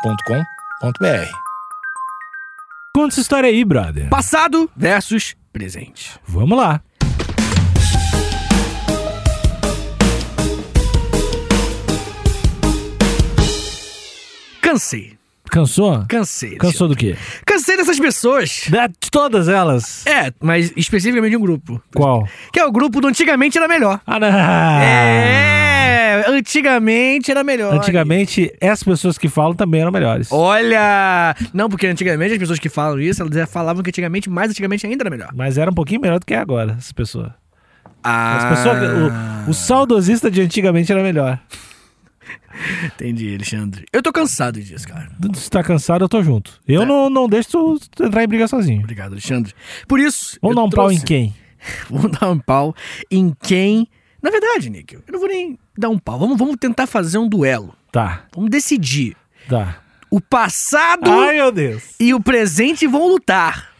agenciadepodcast.com.br. Conta essa história aí, brother. Passado versus presente. Vamos lá. Cansei. Cansou? Cansei. Cansou do quê? Cansei dessas pessoas. Da- De todas elas. É, mas especificamente de um grupo. Qual? Que é o grupo do antigamente era melhor. Ah, não. É, antigamente era melhor. Antigamente, essas pessoas que falam também eram melhores. Oh. Olha! Não, porque antigamente as pessoas que falam isso, elas já falavam que antigamente, mais antigamente ainda era melhor. Mas era um pouquinho melhor do que é agora, essas pessoas. As Ah, pessoas o, o saudosista de antigamente era melhor. Entendi, Alexandre. Eu tô cansado disso, cara. Se tá cansado, eu tô junto. Tá. Eu não, não deixo tu entrar em briga sozinho. Obrigado, Alexandre. Por isso. Vamos eu dar um pau trouxe- em quem? Vamos dar um pau em quem. Na verdade, Nick, eu não vou nem dar um pau. Vamos, vamos tentar fazer um duelo. Tá, Vamos decidir. tá. O passado Ai, meu Deus. e o presente vão lutar.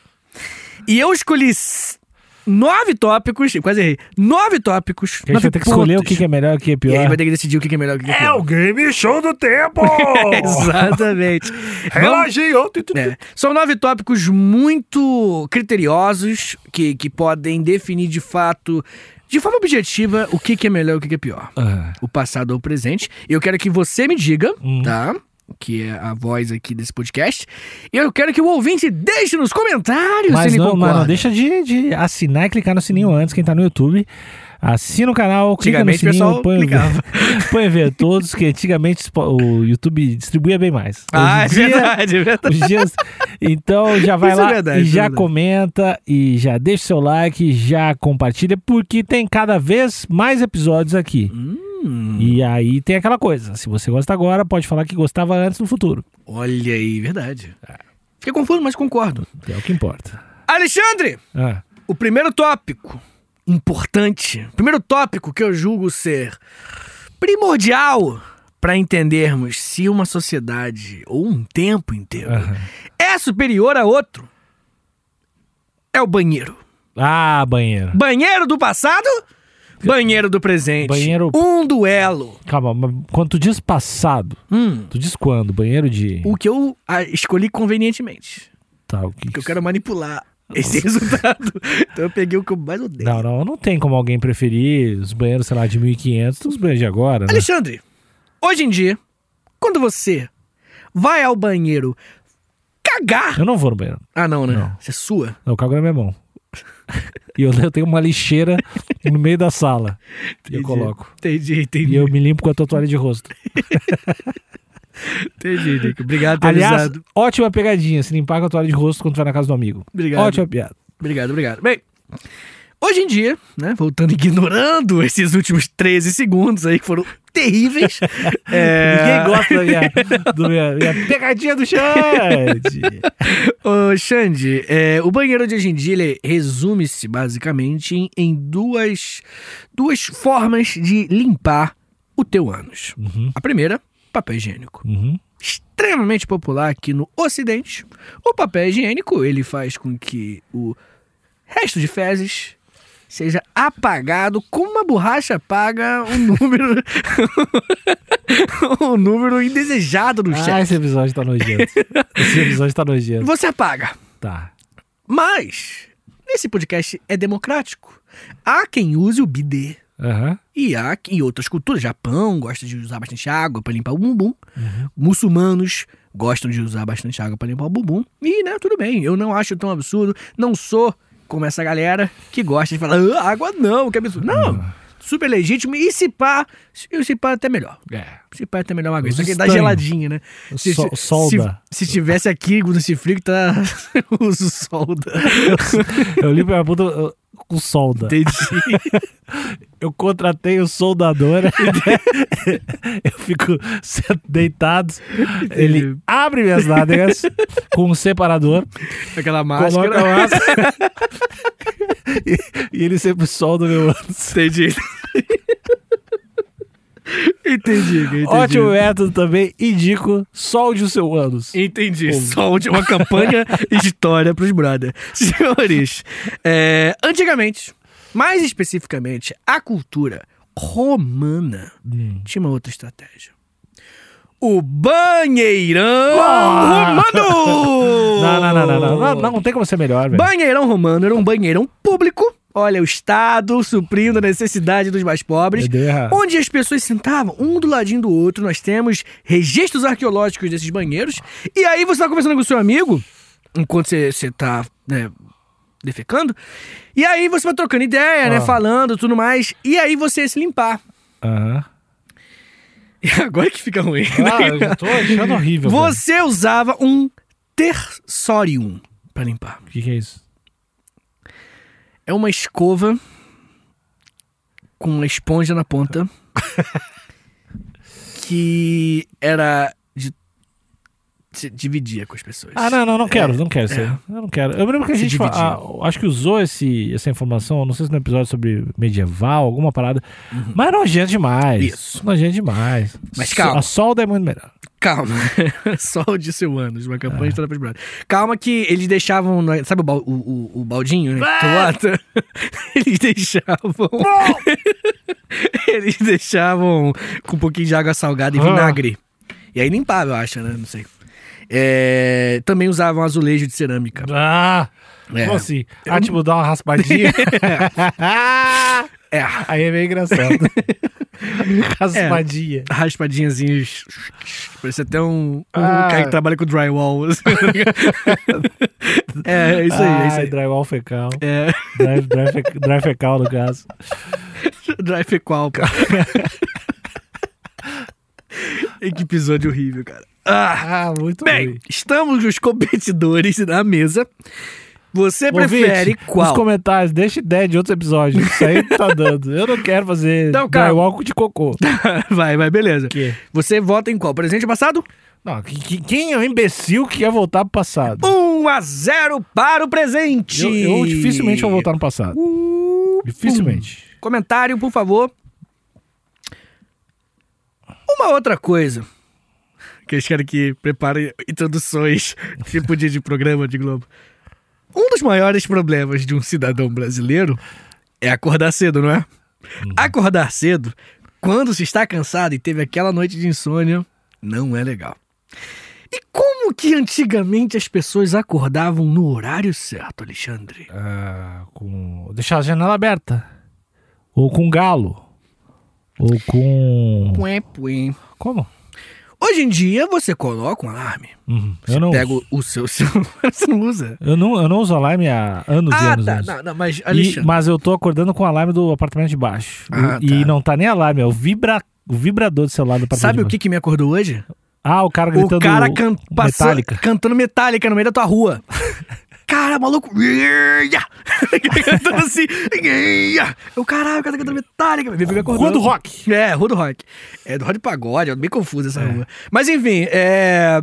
E eu escolhi s- nove tópicos. Quase errei. Nove tópicos. A gente vai ter que escolher o que que é melhor e o que é E aí pior. vai ter que decidir o que que é melhor e o que que é pior. game show do tempo! Exatamente. Vamos- É. São nove tópicos muito criteriosos que, que podem definir de fato, de forma objetiva, o que, que é melhor e o que, que é pior. Ah, O passado ou o presente. Eu quero que você me diga, Hum. tá? Que é a voz aqui desse podcast. E eu quero que o ouvinte deixe nos comentários Mas se ele não, concorda. mas não deixa de, de assinar e clicar no sininho antes, quem tá no YouTube. Assina o canal, clica no Antigamente o sininho, pessoal põe o, ligava. Ah, é Hoje em dia- verdade, é verdade. os dias. Então já vai Isso é lá verdade, e isso é já verdade. comenta e já deixa o seu like, já compartilha, porque tem cada vez mais episódios aqui. Hum, E aí tem aquela coisa, se você gosta agora, pode falar que gostava antes no futuro. Olha aí, verdade. Fiquei confuso, mas concordo. É o que importa. Alexandre! Ah, O primeiro tópico importante, primeiro tópico que eu julgo ser primordial para entendermos se uma sociedade ou um tempo inteiro Aham. é superior a outro é o banheiro. ah banheiro. Banheiro do passado, banheiro do presente. Banheiro- Um duelo. Calma, mas quando tu diz passado, Hum, tu diz quando? Banheiro de. o que eu ah, escolhi convenientemente, Tá, o que... porque eu quero manipular esse resultado. Então eu peguei o que eu mais odeio. Não, não, não tem como alguém preferir os banheiros, sei lá, de 1500 dos banheiros de agora, né? Alexandre, hoje em dia, quando você vai ao banheiro cagar. Eu não vou no banheiro. Ah, não, né? Não. Você é sua. Não, eu cago na minha mão. E eu, eu tenho uma lixeira no meio da sala. E eu Entendi. coloco. Entendi, E entendi. eu me limpo com a tua toalha de rosto. Entendi, Nico. Obrigado por ter Aliás, avisado. ótima pegadinha, se limpar com a toalha de rosto quando tu vai na casa do amigo. Obrigado. Ótima piada. Obrigado, obrigado. Bem, hoje em dia, né? Voltando, ignorando esses últimos 13 segundos aí que foram terríveis. Ninguém é... gosta da minha, do minha- minha pegadinha do Xande. Ô, Xande, é, o banheiro de hoje em dia ele resume-se basicamente em, em duas, duas formas de limpar o teu ânus. A primeira, papel higiênico. Uhum. Extremamente popular aqui no Ocidente, o papel higiênico ele faz com que o resto de fezes seja apagado como uma borracha apaga um número um número indesejado no Ah, chat. esse episódio tá nojento. Esse episódio tá nojento. Você apaga. Tá. Mas esse podcast é democrático. Há quem use o bidê. Aham. E há que- em outras culturas, Japão gosta de usar bastante água para limpar o bumbum. Uhum. Muçulmanos gostam de usar bastante água para limpar o bumbum. E, né, tudo bem, eu não acho tão absurdo. Não sou como essa galera que gosta de falar, "Ah, água não, que absurdo. Não, Uhum. super legítimo. E se pá, se se pá até melhor. É. Se pá até melhor uma água. Os Isso aqui dá estanho. geladinha, né? Se, Sol- se- solda. Se, se tivesse aqui nesse frio que tá. eu uso solda. Eu limpo minha puta eu- com solda. Entendi. Eu contratei o soldador. eu fico sent- deitado. Ele abre minhas nádegas com um separador, Aquela coloca máscara. a máscara. e, e ele sempre solda o meu ânus. Entendi. entendi, entendi. Ótimo método também, indico, solde o seu ânus. Entendi. Só de uma campanha história pros brother. Senhores, é, antigamente, mais especificamente, a cultura romana tinha uma outra estratégia. o Banheirão Ah! Romano! Não, não, não, não, não, não, não, não tem como ser melhor, velho. Banheirão Romano era um banheirão público. Olha, o Estado suprindo a necessidade dos mais pobres. Eu dei errado. Onde as pessoas sentavam um do ladinho do outro, nós temos registros arqueológicos desses banheiros. E aí você tá conversando com o seu amigo, enquanto você, você tá né, defecando. E aí você vai trocando ideia, né? Ah. Falando tudo mais. E aí você ia se limpar. Aham. E agora que fica ruim. Ah, né? eu já tô achando horrível. velho. Você usava um tersorium pra limpar. O que, que é isso? É uma escova com uma esponja na ponta que era de se dividia com as pessoas. Ah, não, não, não quero, não quero isso aí. é. Eu não quero. Eu lembro que a Se gente fa- ah, acho que usou esse, essa informação, não sei se no episódio sobre medieval, alguma parada. Mas é nojento demais. Isso. Nojento demais. Mas So- calma. A solda é muito melhor. Calma. Só o de seu anos, uma Ah. campanha de toda a Brother. Calma que eles deixavam, na- sabe o, bal- o, o- o baldinho, né? que tu Ah! bota? Eles deixavam. eles deixavam com um pouquinho de água salgada e Ah. vinagre. E aí limpava, eu acho, né? Não sei. É, também usavam azulejo de cerâmica. Ah! É. Como assim? Ah, tipo, dá uma raspadinha. É, Aí é meio engraçado. raspadinha. raspadinhazinhas. Parece até um, um Ah. cara que trabalha com drywall. assim. é, é isso aí, é isso Ai, aí. drywall fecal. É. Drive, drive, fe- drive fecal, no caso. Drive Equal, cara. e que episódio horrível, cara. Ah, Ah, muito bem, ruim. estamos os competidores na mesa. Você Ouvinte, prefere qual? Nos comentários, deixa ideia de outros episódios. Isso aí tá dando. Eu não quero fazer Não, cara. drywall de cocô. vai, vai, beleza. quê? Você vota em qual? Presente ou passado? Não, que- que- quem é o imbecil que ia voltar pro passado? 1 a 0 para o presente. Eu, eu dificilmente vou voltar no passado. Uh, Dificilmente. Comentário, por favor. Uma outra coisa. Que eles querem que preparem introduções, tipo dia de programa de Globo. Um dos maiores problemas de um cidadão brasileiro é acordar cedo, não é? Acordar cedo, quando se está cansado e teve aquela noite de insônia, não é legal. E como que antigamente as pessoas acordavam no horário certo, Alexandre? Ah, com... Deixar a janela aberta. Ou com galo. Ou com. Puém, puém. Como? Hoje em dia você coloca um alarme. Uhum, Você Eu não, pega o- o seu celular, você não usa. eu, não, eu não uso alarme há anos e Ah, anos. e tá. anos. Não, não, mas E- Alexandre. mas eu tô acordando com o alarme do apartamento de baixo. Ah, E- E tá. não tá nem alarme, é o, vibra, o vibrador do celular do apartamento Sabe de o que, que me acordou hoje? baixo. Ah, o cara gritando. o cara can- passando- Metallica. cantando metálica no meio da tua rua. Cara, maluco. cantando assim. Eu, caralho, o cara tá cantando metálica. Me acordou. Rua do Rock. É, Rua do Rock. É do Rock Pagode, eu tô bem confuso É. essa rua. Mas enfim, é...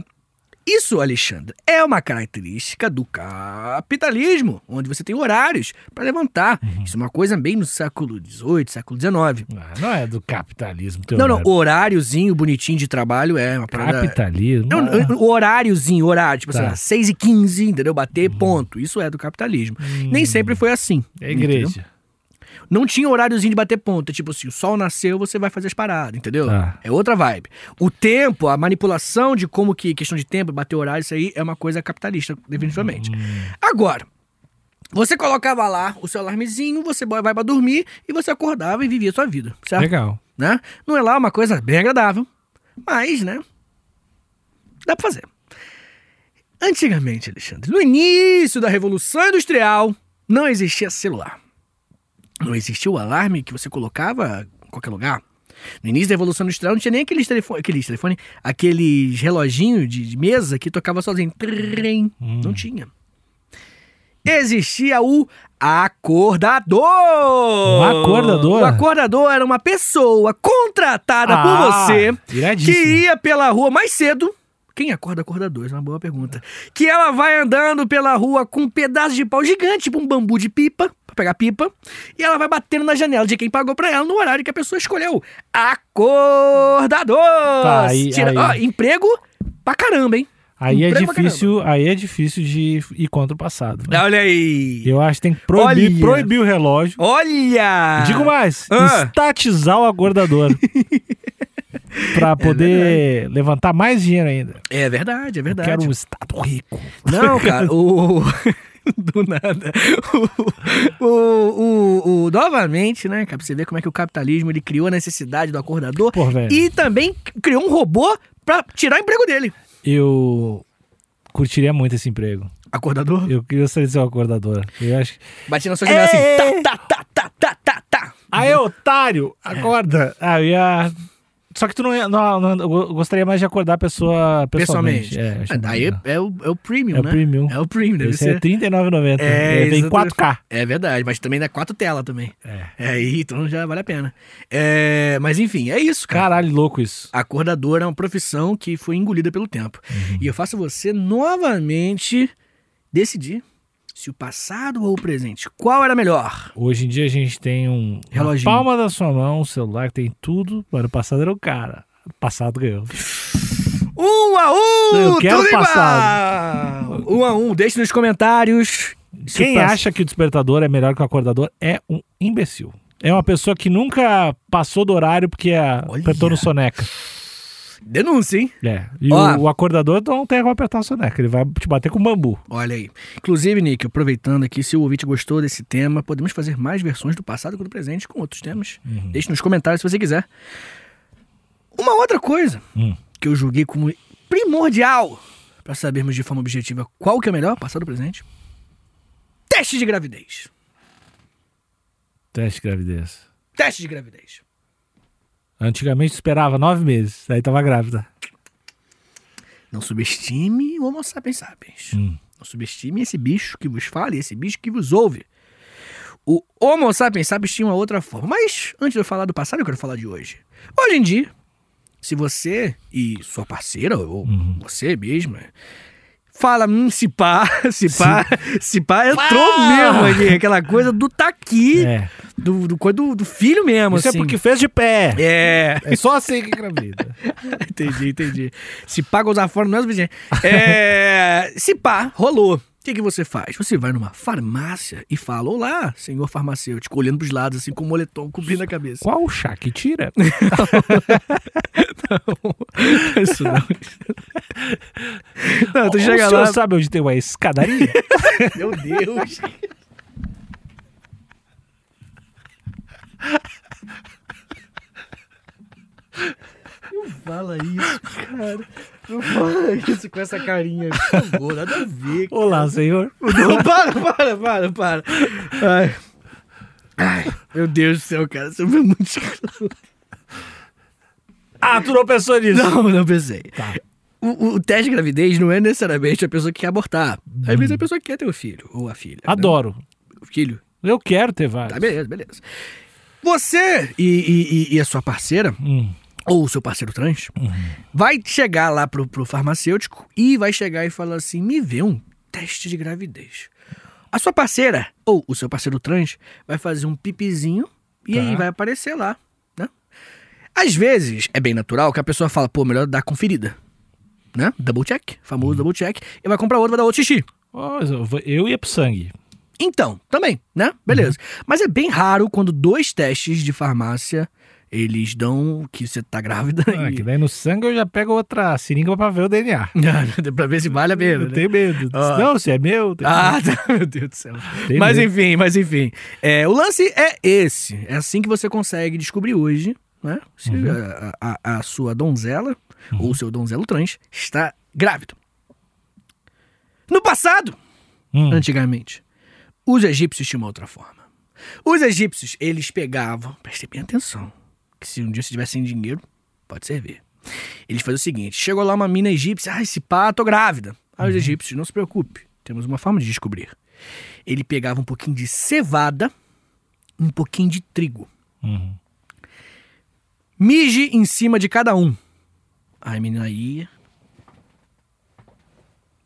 isso, Alexandre, é uma característica do capitalismo, onde você tem horários pra levantar. Uhum. Isso é uma coisa bem no século XVIII, século XIX. Ah, não é do capitalismo. teu Não, não, merda. horáriozinho bonitinho de trabalho é uma parada... Capitalismo. Não, ah, o horáriozinho, horário, tipo Tá. Uhum. assim, 6 e 15, entendeu? Bater ponto. Isso é do capitalismo. Nem sempre foi assim. é entendeu? igreja. Não tinha horáriozinho de bater ponta. Tipo assim, o sol nasceu, você vai fazer as paradas, entendeu? Tá. É outra vibe. O tempo, a manipulação de como que questão de tempo, bater horário, isso aí é uma coisa capitalista, definitivamente. Hum. Agora, você colocava lá o seu alarmezinho, você bo- vai pra dormir e você acordava e vivia a sua vida, certo? Legal. Né? Não é lá uma coisa bem agradável, mas, né? Dá pra fazer. Antigamente, Alexandre, no início da Revolução Industrial, não existia celular. Não existia o alarme que você colocava em qualquer lugar. No início da Revolução Industrial não tinha nem aqueles telefone, aqueles, telefone, aqueles reloginho de, de mesa que tocava sozinho. Trrrrim. Não tinha. Existia o acordador. Um acordador? O acordador era uma pessoa contratada por Ah, você que Iradíssimo. ia pela rua mais cedo. Quem acorda, acorda dois, é uma boa pergunta. Que ela vai andando pela rua com um pedaço de pau gigante, tipo um bambu de pipa, pra pegar pipa, e ela vai batendo na janela de quem pagou pra ela no horário que a pessoa escolheu. Acordador! Tá, aí- Tira- aí. Ó, emprego pra caramba, hein? Aí é emprego pra difícil, aí é difícil de ir contra o passado. né? Olha aí! Eu acho que tem que proibir, Olha. proibir o relógio. Olha! Digo mais, Ah. estatizar o acordador. pra poder levantar mais dinheiro ainda. É verdade, é Eu verdade. quero um estado rico. Não, cara, o. Do nada. O, o, o- o- novamente, né, cara, pra você ver como é que o capitalismo ele criou a necessidade do acordador Pô, velho. e também criou um robô pra tirar o emprego dele. Eu curtiria muito esse emprego. Acordador? Eu gostaria de ser uma acordadora. Eu acho. Bati na sua janela É. assim, tá, tá, tá, tá, tá, tá, tá. Aí, otário, acorda. Ah, eu ia. Só que tu não, ia- não, não- eu gostaria mais de acordar a pessoa pessoalmente. Pessoalmente. É, eu acho Ah, daí que- é o, é o premium, É o né? premium. É o premium, deve Esse ser. é R$39,90. É, É, tem exatamente. 4K. É verdade, mas também dá quatro telas também. É. Aí, então já vale a pena. É, mas enfim, é isso, cara. Caralho, louco isso. Acordador é uma profissão que foi engolida pelo tempo. Uhum. E eu faço você novamente decidir se o passado ou o presente, qual era melhor? Hoje em dia a gente tem um. na Reloginho. palma da sua mão, um celular, tem tudo. Mas o passado era o cara. O passado ganhou. Um a um! Eu quero tudo passado. igual! Um a um, deixe nos comentários. se Quem o pass- acha que o despertador é melhor que o acordador é um imbecil. É uma pessoa que nunca passou do horário porque a- Olha. apertou no soneca. Denúncia, hein? É. E Ó. o, o acordador não tem como apertar o soneca. Ele vai te bater com bambu. Olha aí. Inclusive, Nick, aproveitando aqui, se o ouvinte gostou desse tema, podemos fazer mais versões do passado que do presente com outros temas. Deixe nos comentários se você quiser. Uma outra coisa Hum. que eu julguei como primordial para sabermos de forma objetiva qual que é o melhor, passado ou presente. Teste de gravidez. Teste de gravidez. Teste de gravidez. Antigamente esperava nove meses, aí tava grávida. Não subestime o Homo sapiens sapiens. Hum. Não subestime esse bicho que vos fala e esse bicho que vos ouve. O Homo sapiens sapiens tinha uma outra forma. Mas antes de eu falar do passado, eu quero falar de hoje. Hoje em dia, se você e sua parceira, ou Hum. você mesma, fala, hum, se pá, se pá, se pá, entrou mesmo aqui. Aquela coisa do taqui, É. do, do, coisa do- do filho mesmo, Isso assim. é porque fez de pé. É. É só assim que engravida. Entendi, entendi. Se pá gozar fora não é o suficiente. É, se pá, rolou. O que, que você faz? Você vai numa farmácia e fala: Olá, senhor farmacêutico, olhando pros lados, assim, com o moletom cobrindo a cabeça. Qual o chá que tira? é Isso não. não, tu o chega senhor lá. sabe onde tem uma escadaria? Meu Deus. Não fala isso, cara. Não fala isso com essa carinha. Por favor, nada a ver, Olá, senhor. Não, para, para, para, para. Ai. Ai, meu Deus do céu, cara, você foi muito escroto. Ah, tu não pensou nisso. Não, não pensei. O, o- o teste de gravidez não é necessariamente a pessoa que quer abortar. Às vezes a pessoa que quer ter o filho, ou a filha. né? Adoro. O filho. Eu quero ter Tá, vários. beleza, beleza. Você e, e- e- e a sua parceira, Hum. ou o seu parceiro trans, Uhum. vai chegar lá pro, pro farmacêutico e vai chegar e falar assim: me vê um teste de gravidez. A sua parceira, ou o seu parceiro trans, vai fazer um pipizinho e Tá. aí vai aparecer lá, né? Às vezes, é bem natural que a pessoa fala, pô, melhor dar conferida. Né? Double check, Uhum. famoso double check, e vai comprar outro, vai dar outro xixi. Ó, eu vou- eu ia pro sangue. Então, também, Uhum. né? Beleza. Mas é bem raro quando dois testes de farmácia eles dão que você tá grávida Ah, e... que daí no sangue eu já pego outra seringa pra ver o DNA. Ah, pra ver se vale a pena. Eu né? tenho medo. Ó. Não, se é meu. tem- Ah, tá, meu Deus do céu. Tem mas mesmo. enfim, mas enfim. É, o lance é esse. É assim que você consegue descobrir hoje, né? Se Uhum. a, a- a sua donzela ou o seu donzelo trans está grávido. No passado, Hum. antigamente, os egípcios tinham uma outra forma. Os egípcios, eles pegavam, prestem bem atenção, que se um dia você tiver sem dinheiro, pode servir. Eles faziam o seguinte: chegou lá uma mina egípcia, ah, esse pá, tô grávida. Aí os egípcios, não se preocupe, temos uma forma de descobrir. Ele pegava um pouquinho de cevada, um pouquinho de trigo. Uhum. Mije em cima de cada um. Aí a menina ia,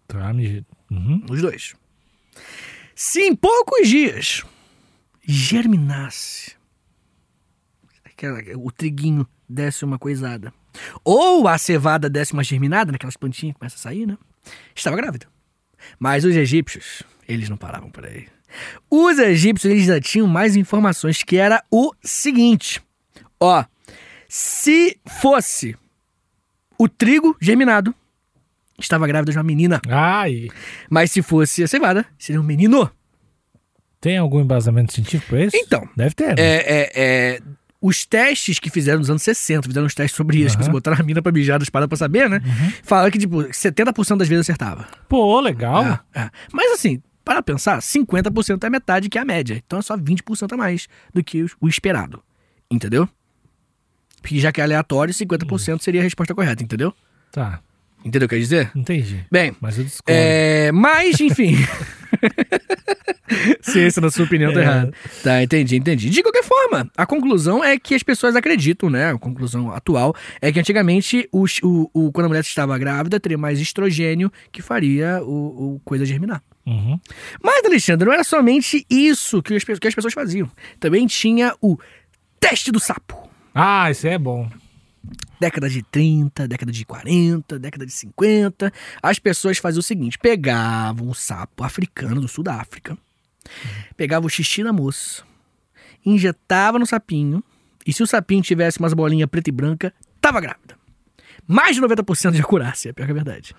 Tá, me... uhum. os dois. Se em poucos dias germinasse aquela- o triguinho desse uma coisada, ou a cevada desse uma germinada, naquelas plantinhas que começam a sair, né? Estava grávida. Mas os egípcios, eles não paravam por aí. Os egípcios, eles já tinham mais informações, que era o seguinte. Ó, Se fosse o trigo germinado, estava grávida de uma menina. Ai, Mas se fosse a cevada, seria um menino. tem algum embasamento científico pra isso? Então, Deve ter, né? É, é, é, os testes que fizeram nos anos 60, fizeram uns testes sobre isso, Aham. que se botaram a mina pra mijar das paradas pra saber, né? Falaram que, tipo, 70% das vezes acertava. Pô, legal. É, é. Mas assim, para pensar, 50% é a metade que é a média. Então é só 20% a mais do que os- o esperado. Entendeu? Porque já que é aleatório, 50% seria a resposta correta, entendeu? Tá, Entendeu o que eu quero dizer? entendi. Bem, Mas eu discordo. é, mas, enfim. Ciência, na sua opinião, tá É. errada. Tá, entendi, entendi. De qualquer forma, a conclusão é que as pessoas acreditam, né? A conclusão atual é que antigamente, os- o, o- quando a mulher estava grávida, teria mais estrogênio que faria o, o coisa germinar. Uhum. Mas, Alexandre, não era somente isso que as, pe- que as pessoas faziam. Também tinha o teste do sapo. Ah, isso é bom. Década de 30, década de 40, década de 50, as pessoas faziam o seguinte: pegavam um sapo africano do sul da África, pegavam o xixi da moça, injetava no sapinho, e se o sapinho tivesse umas bolinhas preta e branca, tava grávida. Mais de 90% de acurácia, é pior que a verdade.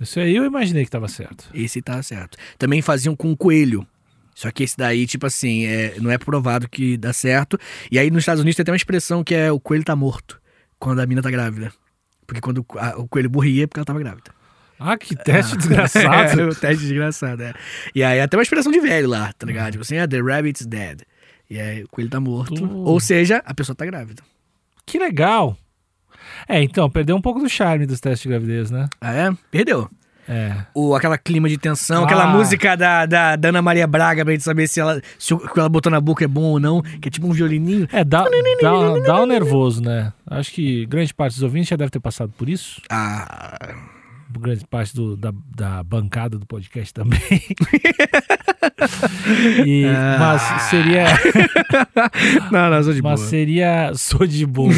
Isso aí eu imaginei que tava certo. Esse tá certo. Também faziam com coelho. Só que esse daí, tipo assim, é, não é provado que dá certo. E aí nos Estados Unidos tem até uma expressão que é o coelho tá morto quando a mina tá grávida. Porque quando o co- a- o coelho morria é porque ela tava grávida. Ah, que teste É, desgraçado. o teste desgraçado, é. E aí até uma expressão de velho lá, tá ligado? Tipo assim, ah, the rabbit's dead. E aí o coelho tá morto. Tu- Ou seja, a pessoa tá grávida. que legal. É, então, perdeu um pouco do charme dos testes de gravidez, né? Ah, é? Perdeu. É. O, aquela clima de tensão, Ah. aquela música da, da, da Ana Maria Braga pra gente saber se, ela, se o que ela botou na boca é bom ou não, que é tipo um violininho. É, dá, dá, dá um nervoso, né? Acho que grande parte dos ouvintes já deve ter passado por isso. Ah, grande parte do- da, da bancada do podcast também. E- Ah. Mas seria. não, não, sou de Mas boa. seria. Sou de boa.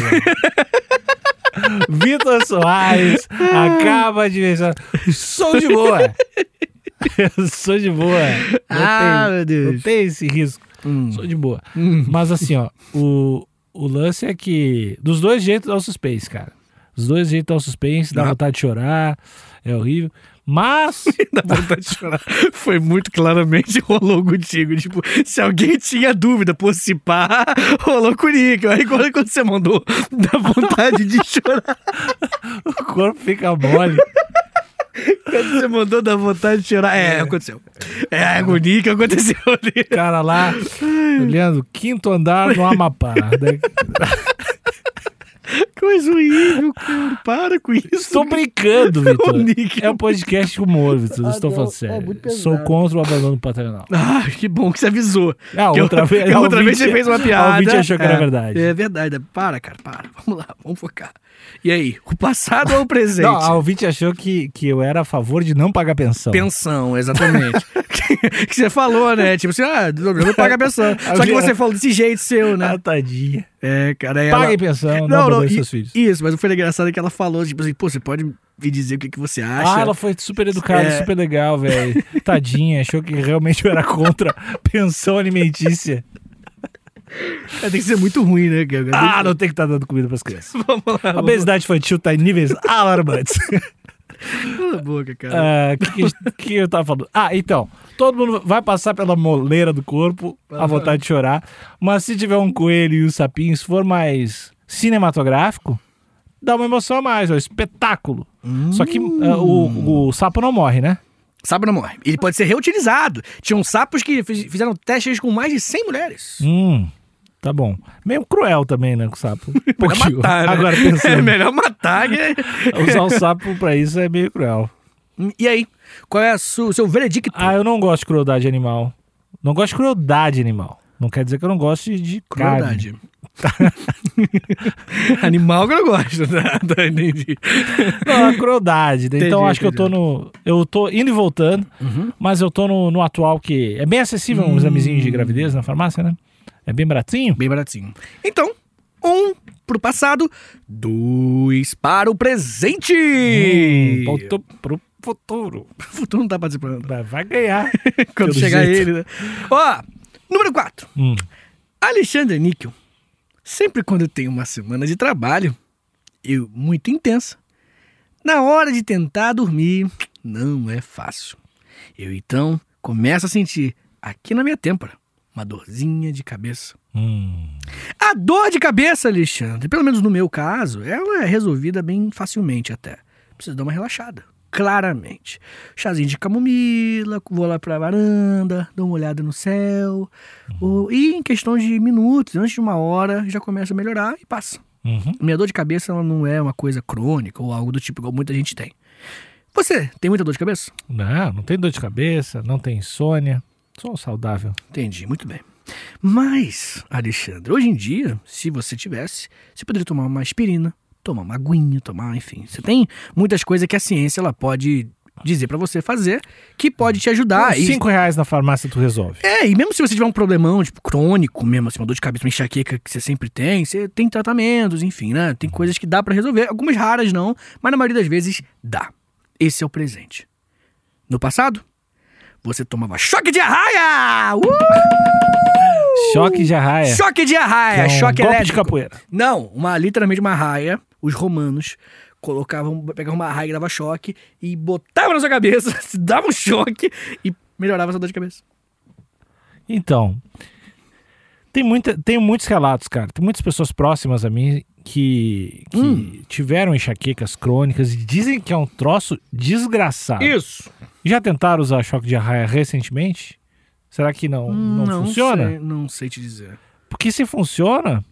Vitor Soares acaba de pensar. Sou de boa! sou de boa. Não Ah, tem- meu não Deus. tem esse risco. Hum. Sou de boa. Hum. Mas assim, ó, o, o lance é que. Dos dois jeitos dá o suspense, cara. Dos dois jeitos dá o suspense, dá Ah. vontade de chorar, é horrível. Mas. Dá vontade de chorar. Foi muito claramente rolou contigo. Tipo, se alguém tinha dúvida, pô, se pá, rolou comigo. Aí quando, quando você mandou, dá vontade de chorar. o corpo fica mole. Quando você mandou, dá vontade de chorar. É, aconteceu. É a agonia que aconteceu ali. Cara lá, olhando, quinto andar do Amapá. né? Daí- Coisa horrível, cara. Para com isso. Estou brincando, Vitor. Ô, Nick. É um podcast de humor, Vitor. Não Ah, estou não, falando é sério. muito pesado. Sou contra o abandono paternal. Ah, que bom que você avisou. Ah, Que outra eu- vez. que a outra vez ouvinte- você fez uma A piada. ouvinte achou que É, era verdade. É verdade. Para, cara, para. Vamos lá, vamos focar. E aí, o passado ou o presente? Não, a ouvinte achou que, que eu era a favor de não pagar pensão. Pensão, exatamente. que você falou, né? Tipo assim, ah, eu vou pagar a pensão. Só que você falou desse jeito seu, né? Ah, tadinha. É, cara, aí ela... Paguem pensão, não, Não, não, abandone e- seus filhos. Isso, mas foi engraçado que ela falou, tipo assim, pô, você pode me dizer o que, que você acha? Ah, ela foi super educada, É. super legal, velho. Tadinha, achou que realmente eu era contra pensão alimentícia. É, Tem que ser muito ruim, né? cara? Ah, não tem que estar dando comida pras crianças. Vamos lá, A vamos obesidade infantil tá em níveis alarmantes. lá. Cala a boca, cara. Ah, que, que- que eu tava falando? Ah, então. Todo mundo vai passar pela moleira do corpo, a vontade de chorar. Mas se tiver um coelho e um sapinho, se for mais cinematográfico, dá uma emoção a mais, é um espetáculo. Só que Hum. ah, o, o sapo não morre, né? Sapo não morre. Ele pode ser reutilizado. Tinham sapos que fiz- fizeram testes com mais de 100 mulheres. Hum, tá bom. Meio cruel também, né, com o sapo. Um Melhor pouquinho. matar, né? Agora É pensando, melhor matar, né? usar o sapo pra isso é meio cruel. E aí? Qual é a su- o seu veredicto? Ah, eu não gosto de crueldade animal. Não gosto de crueldade animal. Não quer dizer que eu não gosto de É carne. Crueldade. tá. Animal que eu não gosto. Tá, tá, entendi. Não, é crueldade. né? Entendi, então acho que eu tô entendi. Uhum. no. Eu tô indo e voltando, mas eu tô no, no atual que. É bem acessível Hum. um examezinho de gravidez na farmácia, né? É bem baratinho. Bem baratinho. Então, um pro passado, dois para o presente. Hum, voltou pro futuro. O futuro não tá participando. Vai- Vai ganhar. Pelo Quando chegar jeito. ele, né? Ó, número 4. Hum. Alexandre Níquel Sempre quando eu tenho uma semana de trabalho, eu muito intensa, na hora de tentar dormir, não é fácil. Eu então começo a sentir aqui na minha têmpora uma dorzinha de cabeça. Hum. A dor de cabeça, Alexandre, pelo menos no meu caso, ela é resolvida bem facilmente até. Preciso dar uma relaxada, claramente. Chazinho de camomila, vou lá pra varanda, dou uma olhada no céu. ou- e em questão de minutos, antes de uma hora, já começa a melhorar e passa. Uhum. Minha dor de cabeça ela não é uma coisa crônica ou algo do tipo, igual muita gente tem. Você tem muita dor de cabeça? Não, não tem dor de cabeça, não tem insônia. Sou saudável. Entendi, muito bem. Mas, Alexandre, hoje em dia, se você tivesse, você poderia tomar uma aspirina, tomar uma aguinha, tomar, enfim. Você tem muitas coisas que a ciência ela pode dizer pra você fazer que pode te ajudar. Com Tá, e- cinco reais na farmácia tu resolve. é, e mesmo se você tiver um problemão, tipo, crônico mesmo, assim, uma dor de cabeça, uma enxaqueca que você sempre tem, você tem tratamentos, enfim, né? Tem coisas que dá pra resolver, algumas raras não, mas na maioria das vezes dá. Esse é o presente. No passado, você tomava choque de arraia! Uh! Choque de arraia. Choque de que arraia, é um choque golpe de elétrico. capoeira. Não, uma literalmente uma raia. Os romanos colocavam, pegavam uma raia que dava choque e botavam na sua cabeça, dava um choque e melhorava a sua dor de cabeça. Então, tem, muita, tem muitos relatos, cara. Tem muitas pessoas próximas a mim que, que Hum. tiveram enxaquecas crônicas e dizem que é um troço desgraçado. Isso. Já tentaram usar choque de arraia recentemente? Será que não, não, funciona? Sei, não sei te dizer. Porque se funciona,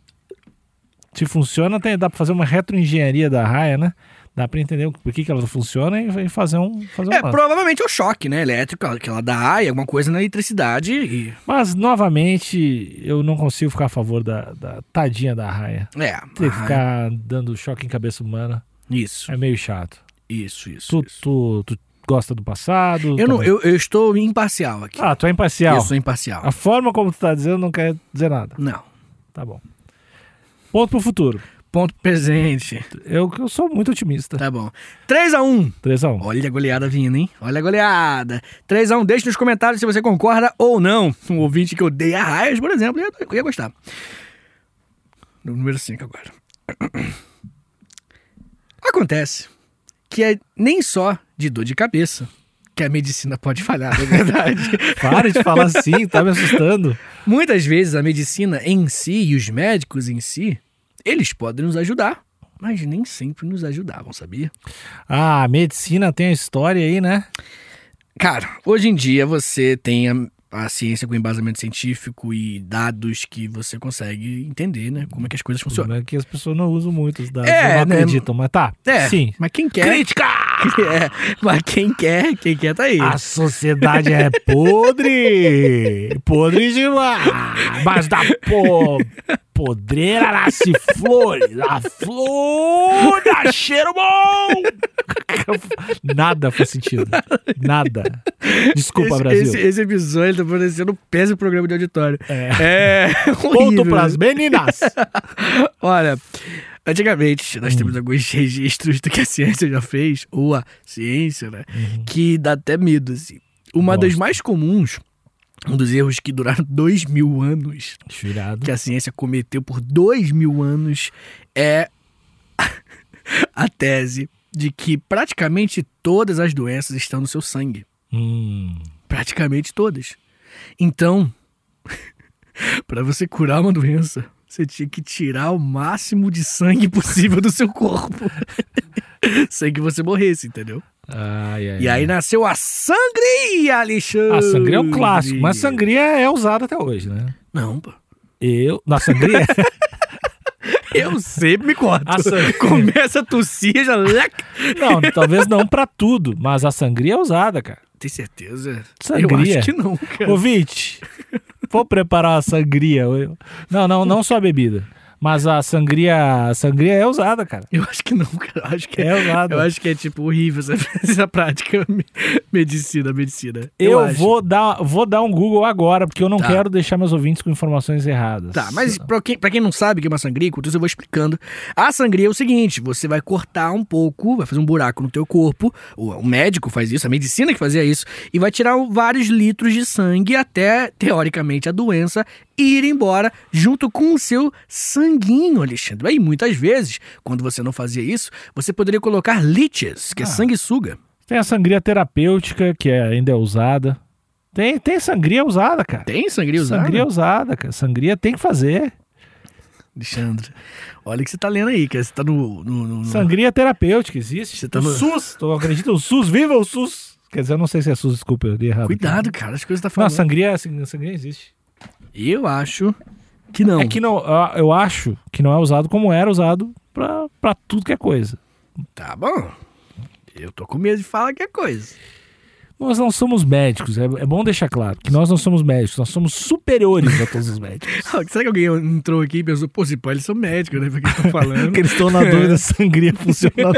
se funciona, tem, dá pra fazer uma retroengenharia da raia, né? Dá pra entender o- por que, que ela funciona e e fazer um. Fazer um É, lance. provavelmente é o choque, né? Elétrico, aquela da raia, alguma coisa na eletricidade e. Mas, novamente, eu não consigo ficar a favor da, da tadinha da raia. É. Ter a que raia. ficar dando choque em cabeça humana Isso, é meio chato. isso, isso. Tu, isso. tu, tu gosta do passado? Eu, não, também- eu, eu estou imparcial aqui. Ah, tu é imparcial. Eu sou imparcial. A forma como tu tá dizendo não quer dizer nada. Não. Tá bom. Ponto pro futuro. Ponto presente. Eu, eu sou muito otimista. Tá bom. 3x1. 3x1. Olha a goleada vindo, hein? Olha a goleada. 3x1, deixe nos comentários se você concorda ou não. Um ouvinte que odeia raios, por exemplo, ia, ia gostar. No número 5 agora. Acontece que é nem só de dor de cabeça que a medicina pode falhar, na verdade. Para de falar assim, tá me assustando. Muitas vezes a medicina em si e os médicos em si, eles podem nos ajudar, mas nem sempre nos ajudavam, sabia? Ah, a medicina tem a história aí, né? Cara, hoje em dia você tem a, a ciência com embasamento científico e dados que você consegue entender, né? Como é que as coisas funcionam. Problema é Que as pessoas não usam muito os dados, É, não né? acreditam, mas tá. É, Sim. mas quem quer... Crítica! É, mas quem quer, quem quer tá aí. A sociedade é podre! Podre de lá! Mas da po... podreira nasce flores! A flor dá cheiro bom! Nada faz sentido. Nada. Desculpa, esse, Brasil. Esse, é esse episódio tá parecendo um péssimo programa de auditório. É. É, horrível, Ponto né? pras meninas! Olha, antigamente Hum. nós temos alguns registros do que a ciência já fez, ou a ciência, né? Uhum. Que dá até medo, assim. Uma das Nossa. mais comuns, um dos erros que duraram dois mil anos, Tirado. que a ciência cometeu por dois mil anos, é a tese de que praticamente todas as doenças estão no seu sangue. Hum. Praticamente todas. Então, para você curar uma doença, você tinha que tirar o máximo de sangue possível do seu corpo. Sem que você morresse, entendeu? Ai, ai, E aí nasceu a sangria, Alexandre! É. A sangria é um clássico, mas sangria é usada até hoje, né? Não, pô. Eu. Na sangria? Eu sempre me corto. A sangria. Começa a tossir, já... lec. é- não, talvez não pra tudo, mas a sangria é usada, cara. Tem certeza? Sangria? Eu acho que não, cara. Ouvinte, vou preparar a sangria. Eu- Não, não, não só a bebida. Mas a sangria, a sangria é usada, cara. Eu acho que não, cara. Eu acho que é... É usada. Eu acho que é, tipo, horrível essa, essa prática. me- Medicina, medicina. Eu, acho. vou, dar, vou dar um Google agora, porque eu não Tá. quero deixar meus ouvintes com informações erradas. Tá, mas pra quem, pra quem não sabe o que é uma sangria, enquanto isso eu vou explicando. A sangria é o seguinte, você vai cortar um pouco, vai fazer um buraco no teu corpo, o, o médico faz isso, a medicina que fazia isso, e vai tirar o- vários litros de sangue até, teoricamente, a doença ir embora junto com o seu sanguinho, Alexandre. E muitas vezes, quando você não fazia isso, você poderia colocar liches, Ah. que é sanguessuga. Tem a sangria terapêutica, que é- ainda é usada. Tem, tem sangria usada, cara. Tem sangria usada? Sangria usada, cara. Sangria tem que fazer. Alexandre, olha o que você tá lendo aí, cara. Você tá no... no, no- no- Sangria terapêutica existe. Você tá O no- SUS, tu acredita? O SUS, viva o SUS! Quer dizer, eu não sei se é SUS, desculpa, eu dei errado. Cuidado, cara, as coisas que você tá Não, falando. sangria, sang- sangria existe. Eu acho que não. É que não, ah, eu acho que não é usado como era usado pra, pra tudo que é coisa. Tá bom. Eu tô com medo de falar que é coisa. Nós não somos médicos, é, é bom deixar claro que nós não somos médicos, nós somos superiores a todos os médicos. Ah, Será que alguém entrou aqui e pensou, pô, se pá, eles são médicos, né? Porque estão falando. Porque eles estão na dúvida se sangria funciona.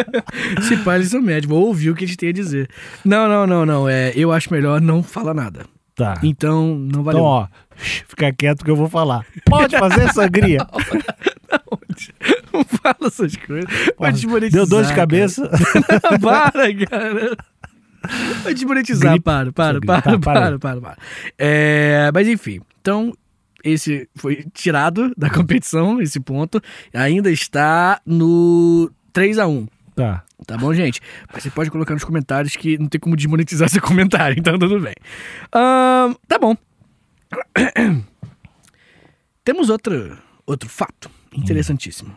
se pá, eles são médicos. Vou ouvir o que eles têm a dizer. Não, não, não, não. É, eu acho melhor não falar nada. Tá. Então, não valeu. Então, ó, shh, fica quieto que eu vou falar. Pode fazer sangria? Não fala essas coisas. Vai desmonetizar. Deu dor de cara. cabeça? para, cara. Vai desmonetizar. Gripe. Para, para, Gripe. para, Tá, para, para para, aí. para, É, mas enfim, então esse foi tirado da competição, esse ponto. Ainda está no 3 a 1 Tá. Tá bom, gente? Mas você pode colocar nos comentários que não tem como desmonetizar seu comentário, então tudo bem. Ahn, tá bom. Temos outro, outro fato interessantíssimo.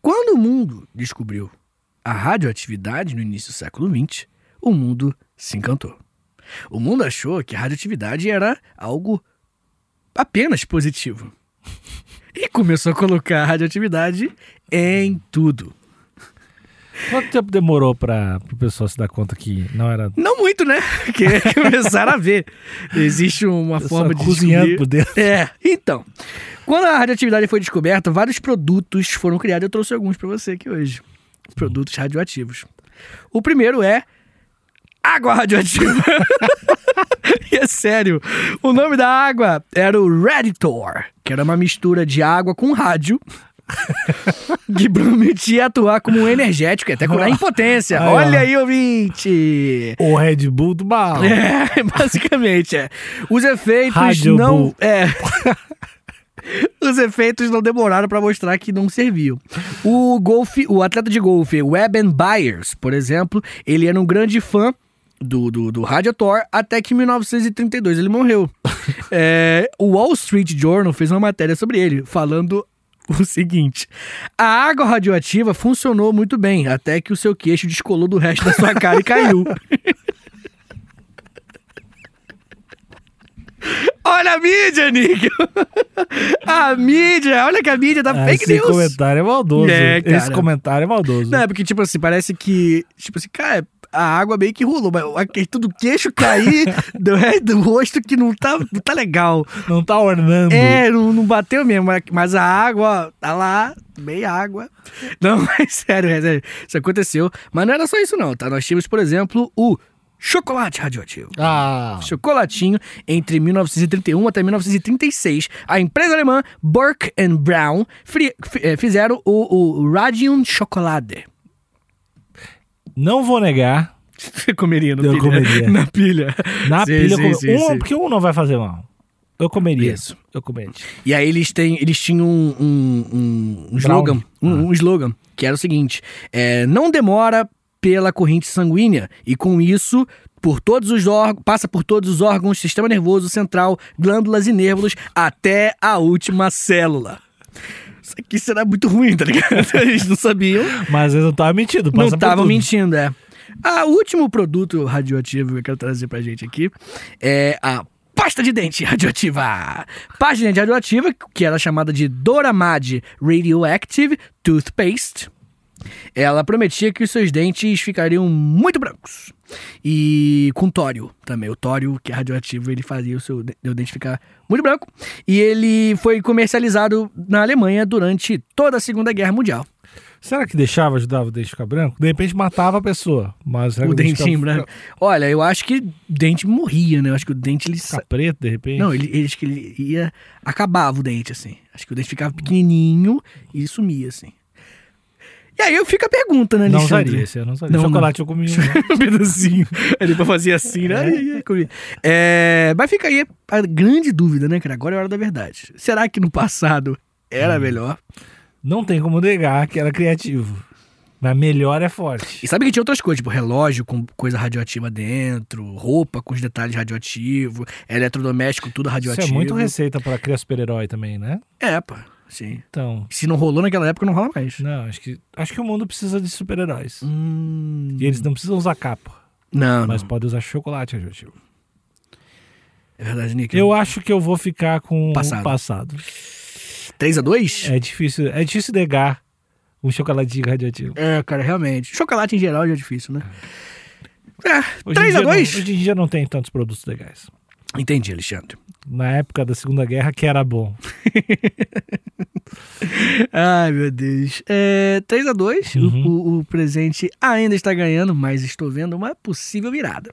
Quando o mundo descobriu a radioatividade no início do século XX, o mundo se encantou. O mundo achou que a radioatividade era algo apenas positivo. E começou a colocar a radioatividade em tudo. Quanto tempo demorou pra o pessoal se dar conta que não era. Não muito, né? Porque começaram a ver. Existe uma Pessoal forma de cozinhando descobrir- por dentro. É, então. Quando a radioatividade foi descoberta, vários produtos foram criados. Eu trouxe alguns pra você aqui hoje. Produtos radioativos. O primeiro é água radioativa. e é sério. O nome da água era o Raditor, que era uma mistura de água com rádio. que prometia atuar como um energético e até curar a impotência. Aí, ó. Olha aí, ouvinte! O Red Bull do mal. É, basicamente, é. Os efeitos Rádio não. Bull. É. Os efeitos não demoraram pra mostrar que não serviam. O golfe, o atleta de golfe Weben Byers, por exemplo, ele era um grande fã do, do, do Radio Thor até que em 1932 ele morreu. É, o Wall Street Journal fez uma matéria sobre ele, falando o seguinte: a água radioativa funcionou muito bem até que o seu queixo descolou do resto da sua cara e caiu. Olha a mídia, Nick! a mídia! Olha que a mídia tá Ah, fake Esse news! comentário é maldoso. É, cara. Esse comentário é maldoso. Não, é porque, tipo assim, parece que. Tipo assim, cara, a água meio que rolou, mas a questão do queixo cair do, resto do rosto que não tá, não tá legal. Não tá ornando. É, não, não bateu mesmo, mas- mas a água, ó, tá lá, meia água. Não, é sério, é sério. Isso aconteceu. Mas não era só isso, não, tá? Nós tínhamos, por exemplo, o chocolate radioativo. Ah, Chocolatinho, entre 1931 até 1936, a empresa alemã Burke and Brown fri- fi- eh, fizeram o, o Radium Chocolade. não vou negar. Você comeria no Eu pilha? comeria. Na pilha. Na Sim, pilha, eu sim, come- sim, um, sim. porque um não vai fazer mal. Eu comeria. Isso. Eu comeria. E aí eles, têm, eles tinham um, um, um slogan, um, um slogan, que era o seguinte, é, não demora pela corrente sanguínea, e com isso, por todos os órgãos, passa por todos os órgãos, sistema nervoso central, glândulas e nervos, até a última célula. Isso aqui será muito ruim, tá ligado? Eles não sabiam. Mas eles não estavam mentindo. Não passa por estavam tudo. mentindo, é. Ah, o último produto radioativo que eu quero trazer pra gente aqui é a pasta de dente radioativa. Pasta de dente radioativa, que era chamada de Doramad Radioactive Toothpaste. Ela prometia que os seus dentes ficariam muito brancos. E com tório também. O tório, que é radioativo, ele fazia o seu, de- o dente ficar muito branco. E ele foi comercializado na Alemanha durante toda a Segunda Guerra Mundial. Será que deixava, ajudava o dente ficar branco? De repente matava a pessoa. Mas será O que dentinho ficava- branco. Olha, eu acho que o dente morria, né? Eu acho que o dente ele. sa- Ficar preto, de repente? Não, ele, ele- acho que ele ia. Acabava o dente, assim. Acho que o dente ficava pequenininho e sumia, assim. E aí fica a pergunta, né, Não Alexandre? usaria esse, eu não usaria. Não, Chocolate eu comi um. um pedacinho. Ele pra fazer assim, né? Ai, ai, ai, comi. É, mas fica aí a grande dúvida, né, cara? Agora é a hora da verdade. Será que no passado era melhor? Não tem como negar que era criativo. Mas melhor é forte. E sabe que tinha outras coisas, tipo relógio com coisa radioativa dentro, roupa com os detalhes radioativos, eletrodoméstico, tudo Isso radioativo. é muito receita pra criar super-herói também, né? É, pá, sim. Então, Se não rolou naquela época, não rola mais. não, acho que, acho que o mundo precisa de super-heróis. Hum, E eles não precisam usar capa, Não, mas não. podem usar chocolate radioativo. É verdade, Nick. Eu acho que eu vou ficar com Passado. o passado. 3x2? É difícil, é difícil negar um chocolatinho radioativo. É. cara, realmente. Chocolate em geral já é difícil, né? É, Hoje em dia não- 3x2? Hoje em dia não tem tantos produtos legais. Entendi, Alexandre. Na época da Segunda Guerra, que era bom. Ai, meu Deus. É, 3x2, Uhum. o, o presente ainda está ganhando, mas estou vendo uma possível virada.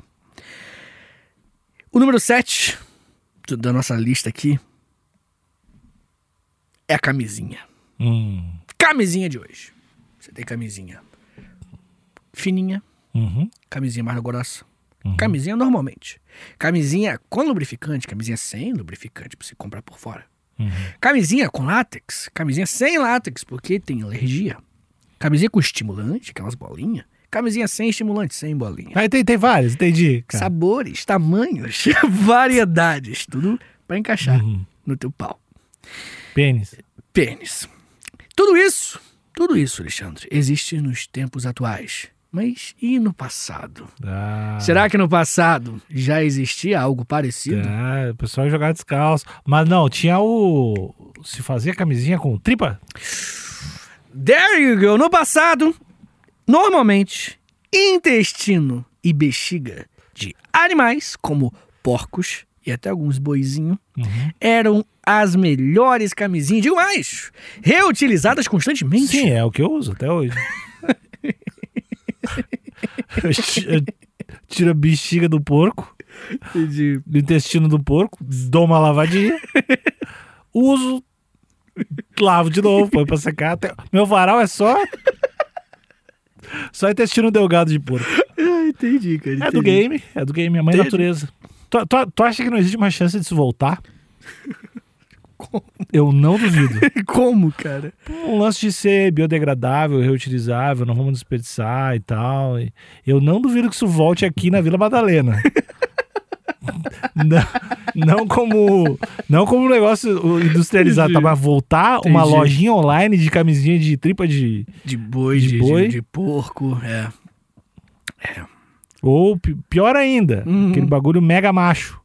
O número 7 da nossa lista aqui é a camisinha. Hum, Camisinha de hoje. Você tem camisinha fininha, uhum, camisinha mais grossa, uhum. camisinha normalmente. Camisinha com lubrificante, camisinha sem lubrificante pra você comprar por fora. Uhum. Camisinha com látex, camisinha sem látex, porque tem alergia. Camisinha com estimulante, aquelas bolinhas. Camisinha sem estimulante, sem bolinha. Aí tem, tem vários, entendi. cara. Sabores, tamanhos, variedades, tudo pra encaixar Uhum. no teu pau. Pênis. Pênis. Tudo isso, tudo isso, Alexandre, existe nos tempos atuais. Mas e no passado? Ah, Será é que no passado já existia algo parecido? tá, o pessoal jogava descalço. Mas não, tinha o. Se fazia camisinha com tripa? There you go. No passado, normalmente, intestino e bexiga de animais, como porcos e até alguns boizinhos, Uhum. eram as melhores camisinhas de mais, reutilizadas constantemente. Sim, é o que eu uso até hoje. Eu ti- eu tiro a bexiga do porco, De- do intestino do porco, dou uma lavadinha, uso, lavo de novo, põe pra secar. até- Meu varal é só. Só intestino delgado de porco. Ah, entendi, cara. É do entendi. game, é do game, é mãe Entendi. natureza. Tu, tu- tu acha que não existe uma chance disso voltar? Eu não duvido. Como, cara? Um lance de ser biodegradável, reutilizável, não vamos desperdiçar e tal. E Eu não duvido que isso volte aqui na Vila Madalena. não, não como não como um negócio industrializado, tá? Entendi. mas voltar uma Entendi. lojinha online de camisinha de tripa de De boi, De de, de, boi. de porco, é. ou pi- pior ainda, Uhum. aquele bagulho mega macho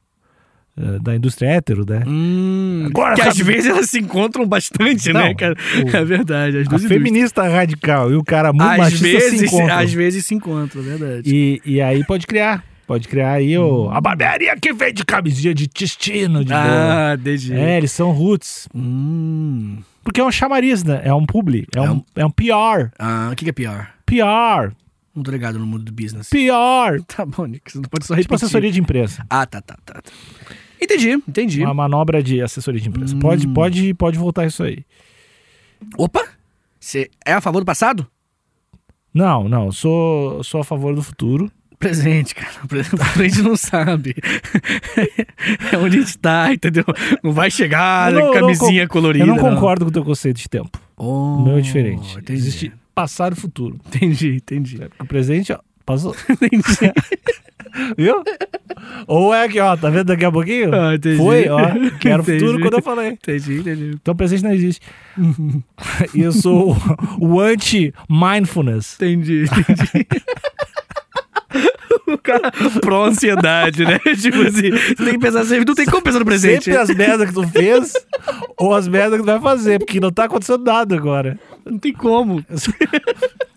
eh, da indústria hétero, né? Hum, Agora, que às sabe- vezes elas se encontram bastante, né, Não, cara? o- É verdade. As A duas indústrias. feminista radical e o cara muito às machista vezes, se encontram. Às vezes se encontram, é verdade. E, e aí pode criar. Pode criar aí Hum. o, a barbearia que vende camisinha de intestino de boi. ah, entendi. É, eles são roots. Hum. Porque é um chamariz, né? É um publi. É, É um, um- é um PR. Ah, o que, que é pior? PR. Não tô ligado no mundo do business. PR. Tá bom, Nick, você não pode só Tipo repetir. assessoria de imprensa. Ah, tá, tá, tá. tá. Entendi, entendi. Uma manobra de assessoria de imprensa. Hum. Pode, pode, pode voltar isso aí. Opa! Você é a favor do passado? Não, não. Sou, sou a favor do futuro. Presente, cara. O presente a gente não sabe. é onde a gente tá, entendeu? Não vai chegar Eu não- eu não Ah, camisinha colorida. Eu não concordo com o teu conceito de tempo. Oh, O meu é diferente. Entendi. Existe passado e futuro. Entendi, entendi. O presente ó, passou. entendi. Viu? Ou é aqui, ó, tá vendo daqui a pouquinho? Ah, entendi. Foi, ó. Que era o Entendi. futuro quando eu falei. Entendi, entendi. Então presente não existe. e eu sou o, o anti-mindfulness. Entendi, entendi. O cara pro ansiedade, né? Tipo assim, você tem que pensar sempre, não tem como pensar no presente. Sempre as merdas que tu fez ou as merdas que tu vai fazer, porque não tá acontecendo nada agora. Não tem como.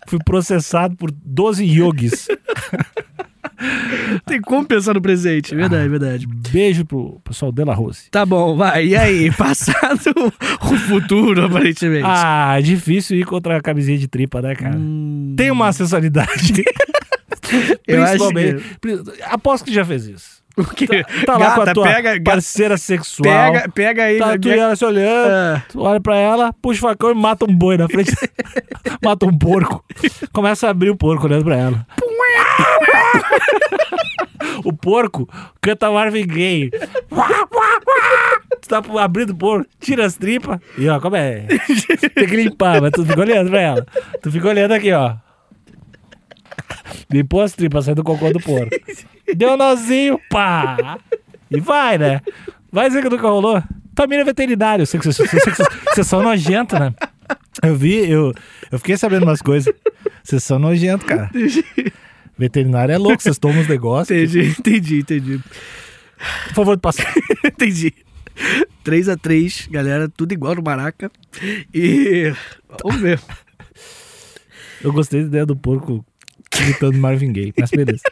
Fui processado por 12 yogis. Não tem como pensar no presente. Ah. Verdade, verdade. Beijo pro pessoal Dela Rose. Tá bom, vai. E aí? Passado o futuro, aparentemente. Ah, é difícil ir contra a camisinha de tripa, né, cara? Hum, Tem uma acessoridade. eu acho Principalmente. Pri- Aposto que já fez isso. que- Porque Tá lá com a gata, tua pega, gata, parceira sexual. pega, pega aí. tá vai- tu e ela se olhando. Ah, Tu olha pra ela, puxa o facão e mata um boi na frente. mata um porco. Começa a abrir o porco olhando pra ela. o porco canta Marvin Gaye. tu tá abrindo o porco, tira as tripas e ó, como é? Tem que limpar, mas tu fica olhando pra ela. Tu fica olhando aqui, ó. Limpou as tripas, saiu do cocô do porco. Deu um nozinho, pá! E vai, né? Vai dizer que nunca rolou. Tua mina é veterinária, eu sei que você, eu sei que você- você é só nojento, né? Eu vi, eu, eu fiquei sabendo umas coisas. Vocês são nojento, cara. Veterinário é louco, vocês tomam os negócios. entendi, entendi, entendi. Por favor, passa. Entendi. 3x3, galera, tudo igual no Maraca. E. Vamos ver. Eu gostei da ideia do porco gritando Marvin Gaye, mas beleza.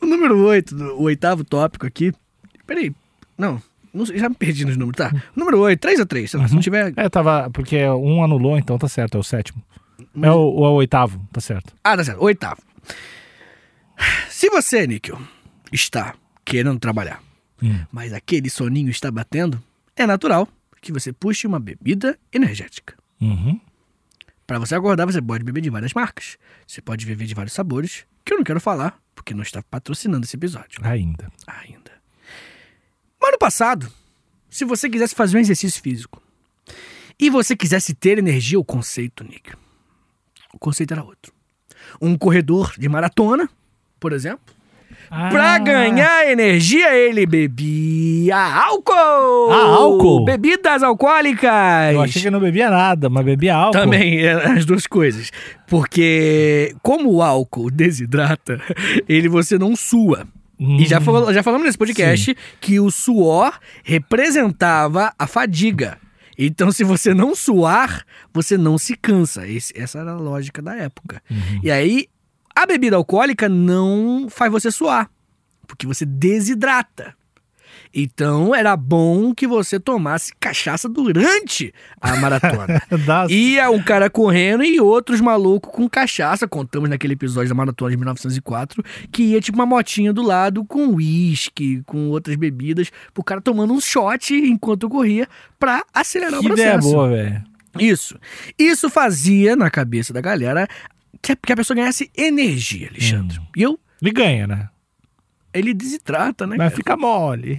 O número 8, o oitavo tópico aqui. Peraí. Não, não sei, já me perdi nos números, tá? O número 8, 3x3, sei lá, se não tiver. É, tava. Porque um anulou, então tá certo, é o sétimo. É o, ou é o oitavo, tá certo. Ah, tá certo, oitavo. Se você, Níquel, está querendo trabalhar, Hum. mas aquele soninho está batendo, é natural que você puxe uma bebida energética. Uhum. Para você acordar, você pode beber de várias marcas. Você pode beber de vários sabores, que eu não quero falar, porque não está patrocinando esse episódio Ainda. ainda. Mas no passado, se você quisesse fazer um exercício físico e você quisesse ter energia, o conceito, Nick, o conceito era outro. Um corredor de maratona, por exemplo, Ah. pra ganhar energia ele bebia álcool! Ah, álcool? Bebidas alcoólicas! Eu achei que não bebia nada, mas bebia álcool. Também, é, as duas coisas. Porque como o álcool desidrata, ele você não sua. Hum. E já, falou- já falamos nesse podcast que o suor representava a fadiga. Então, se você não suar, você não se cansa. Esse- essa era a lógica da época. Uhum. E aí, a bebida alcoólica não faz você suar, porque você desidrata. Então, era bom que você tomasse cachaça durante a maratona. Dá- Ia um cara correndo e outros malucos com cachaça. Contamos naquele episódio da Maratona de 1904 que ia tipo uma motinha do lado com uísque, com outras bebidas, pro cara tomando um shot enquanto corria pra acelerar Que o ideia processo. boa, velho. Isso. Isso fazia na cabeça da galera que a, que a pessoa ganhasse energia, Alexandre. Hum. E eu, Ele ganha, né? ele desidrata, né? Mas cara? fica mole.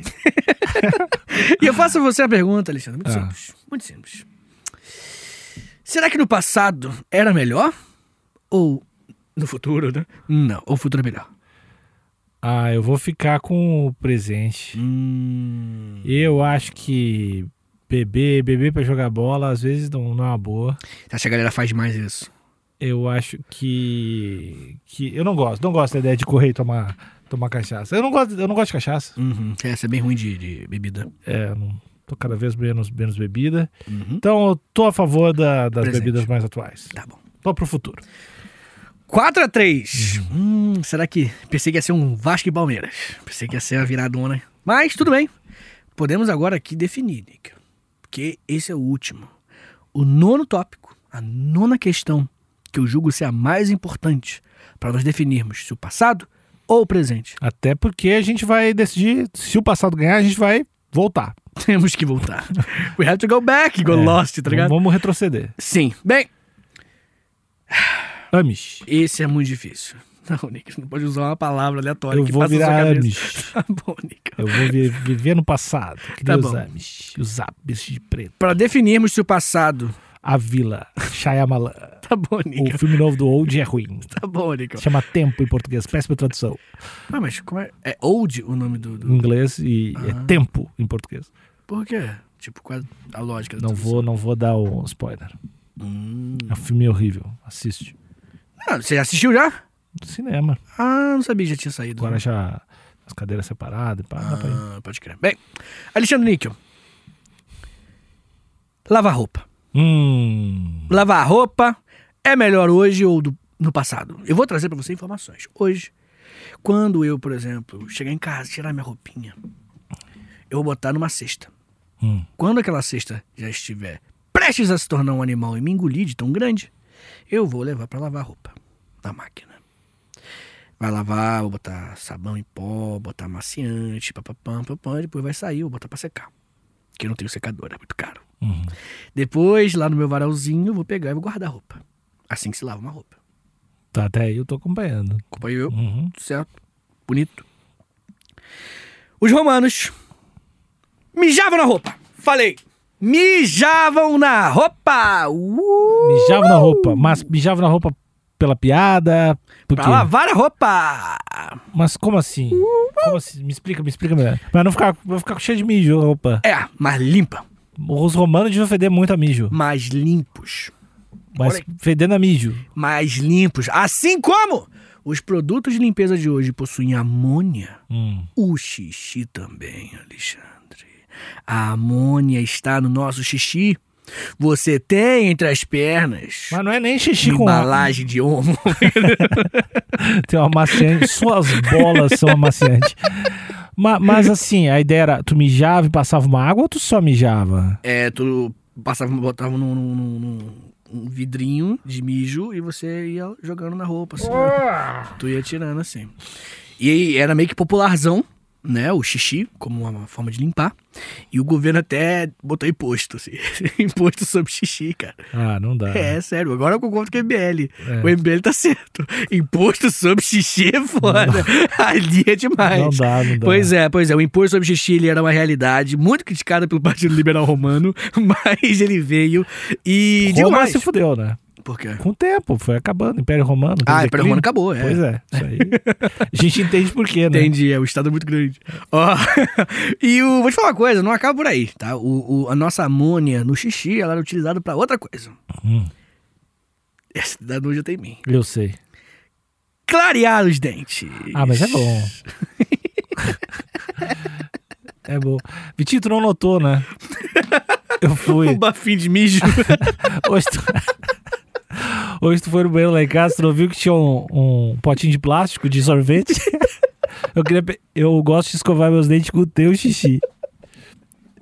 E eu faço a você a pergunta, Alexandre. Muito Ah. simples. Muito simples. Será que no passado era melhor? Ou no futuro, né? Não, ou o futuro é melhor. Ah, eu vou ficar com o presente. Hum. Eu acho que beber, beber pra jogar bola, às vezes não, não é uma boa. Acha que a galera faz mais isso? Eu acho que. que eu não gosto, não gosto da ideia de correr e tomar, tomar cachaça. Eu não gosto, eu não gosto de cachaça. Uhum. Essa é bem ruim de, de bebida. É, eu não, tô cada vez menos, menos bebida. Uhum. Então eu tô a favor da- das Presente. bebidas mais atuais. Tá bom. Tô pro futuro. 4x3. Hum, será que. Pensei que ia ser um Vasco e Palmeiras. Pensei que ia ser a viradona. Mas tudo bem. Podemos agora aqui definir, Nick. Porque esse é o último. O nono tópico, a nona questão, que eu julgo ser a mais importante para nós definirmos se o passado ou o presente. Até porque a gente vai decidir, se o passado ganhar, a gente vai voltar. Temos que voltar. We have to go back, go É, lost, tá não ligado? Vamos retroceder. Sim. Bem, Amish. esse é muito difícil. Não, Nick, você não pode usar uma palavra aleatória Eu que vou passa na sua virar cabeça. Amish. Tá bom, Nick. Eu vou vi- viver no passado. Que Tá Deus bom. Amish. Os Amish de preto. Pra definirmos se o passado. A Vila. Shyamalan. Tá bom, Nico. o filme novo do Old é ruim. Tá bom, Nico. Chama Tempo em português. Péssima tradução. Ah, mas como é. É old o nome do. do- Em inglês e Ah. é Tempo em português. Por quê? Tipo, qual é a lógica da Não tradução? vou, não vou dar o spoiler. Hum. É um filme horrível. Assiste. Ah, você assistiu já? Cinema. Ah, não sabia que já tinha saído. Agora já as cadeiras separadas. Pá, dá pra ir. Uhum. Ah, pode crer. Bem, Alexandre Níquel. Lavar roupa. Hum. Lavar roupa é melhor hoje ou do- no passado? Eu vou trazer pra você informações. Hoje, quando eu, por exemplo, chegar em casa, tirar minha roupinha, eu vou botar numa cesta. Hum. Quando aquela cesta já estiver prestes a se tornar um animal e me engolir de tão grande, eu vou levar para lavar a roupa na máquina. Vai lavar, vou botar sabão em pó, botar maciante, papapam, papapam, depois vai sair, vou botar pra secar. Porque eu não tenho secador, é muito caro. Uhum. Depois, lá no meu varalzinho, eu vou pegar e vou guardar a roupa. Assim que se lava uma roupa. Tá, até aí eu tô acompanhando. Acompanhou eu? Uhum. Tudo certo. Bonito. Os romanos mijavam na roupa. Falei. Mijavam na roupa. Uh! Mijava na roupa, mas mijava na roupa pela piada. Porque... Pra lavar a roupa. Mas como assim? Como assim? Me explica, me explica melhor. Pra não ficar, pra ficar cheio de mijo a roupa. É, mas limpa. Os romanos deviam feder muito a mijo. Mais limpos. Mas Olha fedendo a mijo. Mais limpos. Assim como os produtos de limpeza de hoje possuem amônia. Hum. O xixi também, Alexandre. A amônia está no nosso xixi. Você tem entre as pernas Mas não é nem xixi uma com embalagem de homo. Tem uma amaciante. Suas bolas são amaciantes. Ma- mas assim, a ideia era, tu mijava e passava uma água ou tu só mijava? é, tu passava, botava num, num- num- num- um vidrinho de mijo e você ia jogando na roupa, assim. Ah! tu ia tirando, assim. E aí era meio que popularzão, né? O xixi, como uma forma de limpar. E o governo até botou imposto, assim. imposto sobre xixi, cara. Ah, não dá. É, sério, agora eu concordo com o MBL. É. O MBL tá certo. Imposto sobre xixi é foda. Ali é demais. Não dá, não dá. Pois é, pois é. O imposto sobre xixi ele era uma realidade muito criticada pelo Partido Liberal Romano, mas ele veio e. digo Roma mais. se fudeu, né? Por quê? Com o tempo, foi acabando. Império Romano. teve Ah, Império declínio. Romano acabou, é. Pois é, isso aí. A gente entende por quê, né? Entendi, é, o Estado é muito grande. Ó, e o, vou te falar uma coisa, não acaba por aí, tá? O, o- a nossa amônia no xixi, ela era utilizada pra outra coisa. Hum. Essa da noja tem em mim. Eu sei. Clarear os dentes. Ah, mas é bom. é bom. Vitinho, tu não notou, né? Eu fui. Um bafinho de mijo. Hoje tu... Hoje tu foi no banheiro lá em casa, tu não viu que tinha um, um potinho de plástico de sorvete? Eu, queria pe- eu gosto de escovar meus dentes com o teu xixi.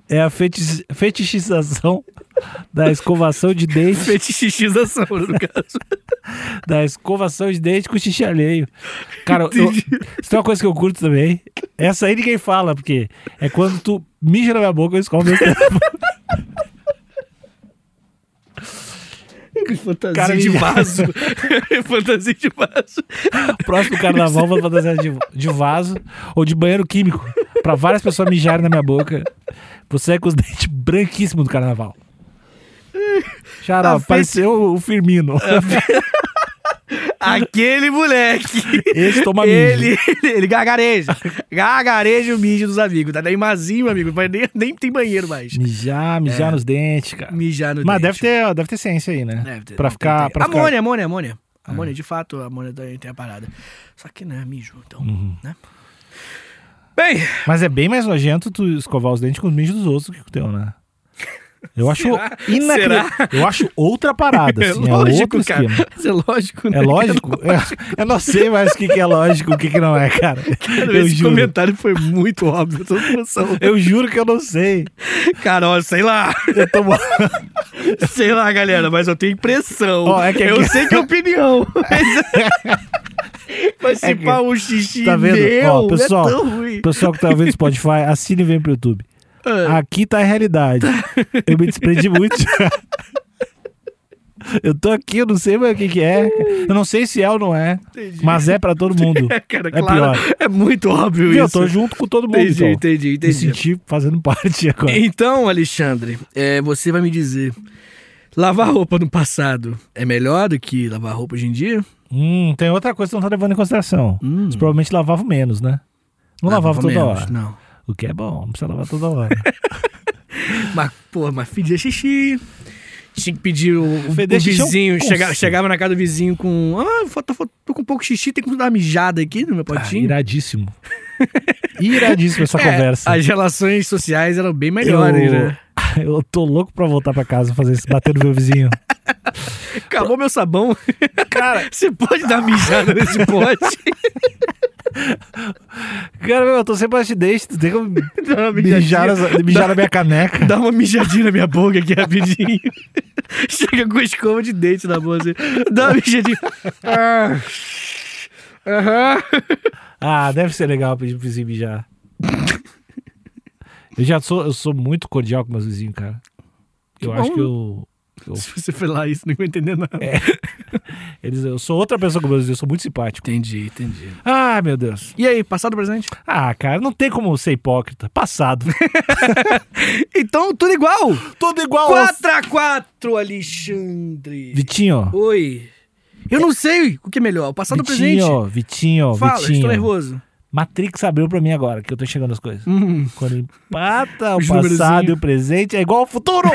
É a fetiche- fetichização da escovação de dente, Fetichização, no caso. da escovação de dente com xixi alheio. Cara, eu, isso é uma coisa que eu curto também. Essa aí ninguém fala, porque é quando tu mija na minha boca, eu escovo meu tempo. Que fantasia Cara, de ele- vaso. fantasia de vaso. Próximo carnaval, vou fantasiar de, de vaso ou de banheiro químico. Pra várias pessoas mijarem na minha boca. Você é com os dentes branquíssimos do carnaval. A Xará, fete- pareceu o Firmino. Aquele moleque. Esse toma mijo. Ele, ele, ele gargareja. Gargareja o mijo dos amigos. Tá Neymarzinho, amigo. Vai nem, nem tem banheiro mais. Mijar, mijar nos dentes, cara. Mijar no Mas É. deve dente. ter, deve ter ciência aí, né? Deve ter, Pra não, ficar. tem- tem. Pra ficar- É. amônia, amônia, amônia. Amônia, de fato, a amônia tem tem a parada. Só que não é mijo, então, Uhum. né? Bem, Mas é bem mais nojento tu escovar os dentes com os mijos dos outros do que com o teu, né? Eu acho Será? inacreditável. Eu acho outra parada, é assim. É, lógico, outro cara. esquema. Mas é lógico, né? É lógico? Eu, eu não sei mais o que, que é lógico e o que, que não é, cara. Cara, eu esse juro. comentário foi muito óbvio. Eu tô com noção. Eu juro que eu não sei. Cara, ó, sei lá. Eu tô... Sei lá, galera, mas eu tenho impressão. Ó, é que- eu sei que é opinião. Mas, mas se É que- pá um xixi Tá vendo? meu, Ó, pessoal, é tão ruim. Pessoal que tá ouvindo Spotify, assine e vem pro YouTube. Ah, Aqui tá a realidade. Eu me desprendi muito. Eu tô aqui, eu não sei mais o que, que é. Eu não sei se é ou não é, entendi. mas é pra todo mundo. Cara, é claro, pior. é muito óbvio Viu? Eu isso. tô junto com todo mundo. entendi, então. entendi, Me entendi. senti fazendo parte agora. Então, Alexandre, é, você vai me dizer, lavar roupa no passado é melhor do que lavar roupa hoje em dia? Hum, tem outra coisa que não tá levando em consideração. Hum. Vocês provavelmente lavavam menos, né? Não lavava toda menos, né? hora. Não. O que é bom, não precisa lavar toda hora. Mas, pô, mas fedia xixi. Tinha que pedir o, o- Feder o xixi é um vizinho. câncer. chegava, chegava na casa do vizinho com. Ah, tô, tô, tô com pouco xixi, tem que dar uma mijada aqui no meu Ah, potinho. iradíssimo. Iradíssimo essa É, conversa. As relações sociais eram tá bem eu, melhores, né? eu tô louco pra voltar pra casa fazer isso, bater no meu vizinho. Acabou meu sabão. Cara, Você pode dar uma mijada nesse pote? cara, meu, eu tô sem bastidez, tu tem que Dá uma mijar, assim? mijadinha. as- mijar na minha caneca. Dá uma mijadinha na minha boca aqui rapidinho. Chega com escova de dente na mão assim. Dá uma mijadinha. Ah, Aham. Ah, deve ser legal pedir pro vizinho mijar. eu já sou, eu sou muito cordial com meus vizinhos, cara. Eu Que acho bom. que eu, eu- Se você falar isso, não vou entender nada. eles, eu sou outra pessoa com meus vizinhos, eu sou muito simpático. Entendi, entendi. Ah, meu Deus. E aí, passado presente? Ah, cara, não tem como ser hipócrita. Passado. Então, tudo igual! Tudo igual. 4x4, Alexandre! Vitinho. Oi. Eu não sei o que é melhor, o passado ou o presente. Vitinho, Vitinho, Fala, Vitinho. estou nervoso. Matrix abriu pra mim agora, que eu tô chegando as coisas. Hum. Quando empata o Os passado numerozinho. e o presente, é igual ao futuro!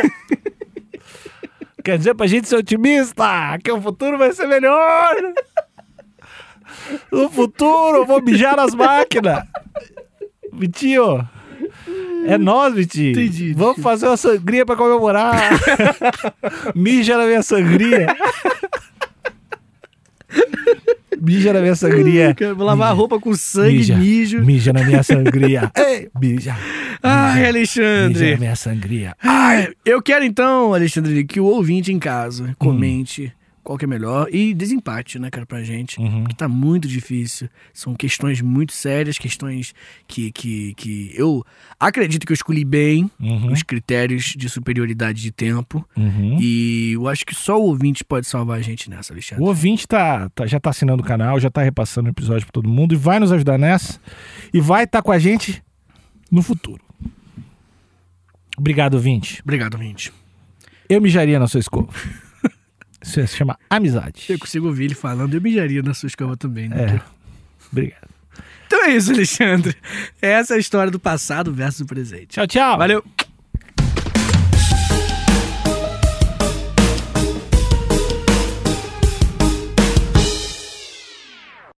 Quer dizer pra gente ser otimista, que o futuro vai ser melhor! No futuro eu vou mijar nas máquinas! Vitinho! É nós, Vitinho! Entendi, Vamos fazer uma sangria pra comemorar! Mija na minha sangria! Mija na minha sangria! Cara, Vou lavar a roupa com sangue, mija, mijo. Mija na minha sangria. Ei, mija. Ai, Mija na Alexandre. minha sangria. Ai, eu quero então, Alexandre, que o ouvinte em casa comente qual que é melhor e desempate, né, cara, pra gente. Uhum. Que tá muito difícil. São questões muito sérias, questões que, que, que eu acredito que eu escolhi bem Uhum. os critérios de superioridade de tempo. Uhum. E eu acho que só o ouvinte pode salvar a gente nessa, Alexandre. O ouvinte tá, tá- já tá assinando o canal, já tá repassando o episódio pra todo mundo e vai nos ajudar nessa. E vai estar com a gente no futuro. Obrigado, ouvinte. Obrigado, ouvinte. Eu mijaria na sua escova. Isso se chama amizade. Eu consigo ouvir ele falando, eu mijaria na sua escova também, né? É. Obrigado. Então é isso, Alexandre. Essa é a história do passado versus o presente. Tchau, tchau. Valeu!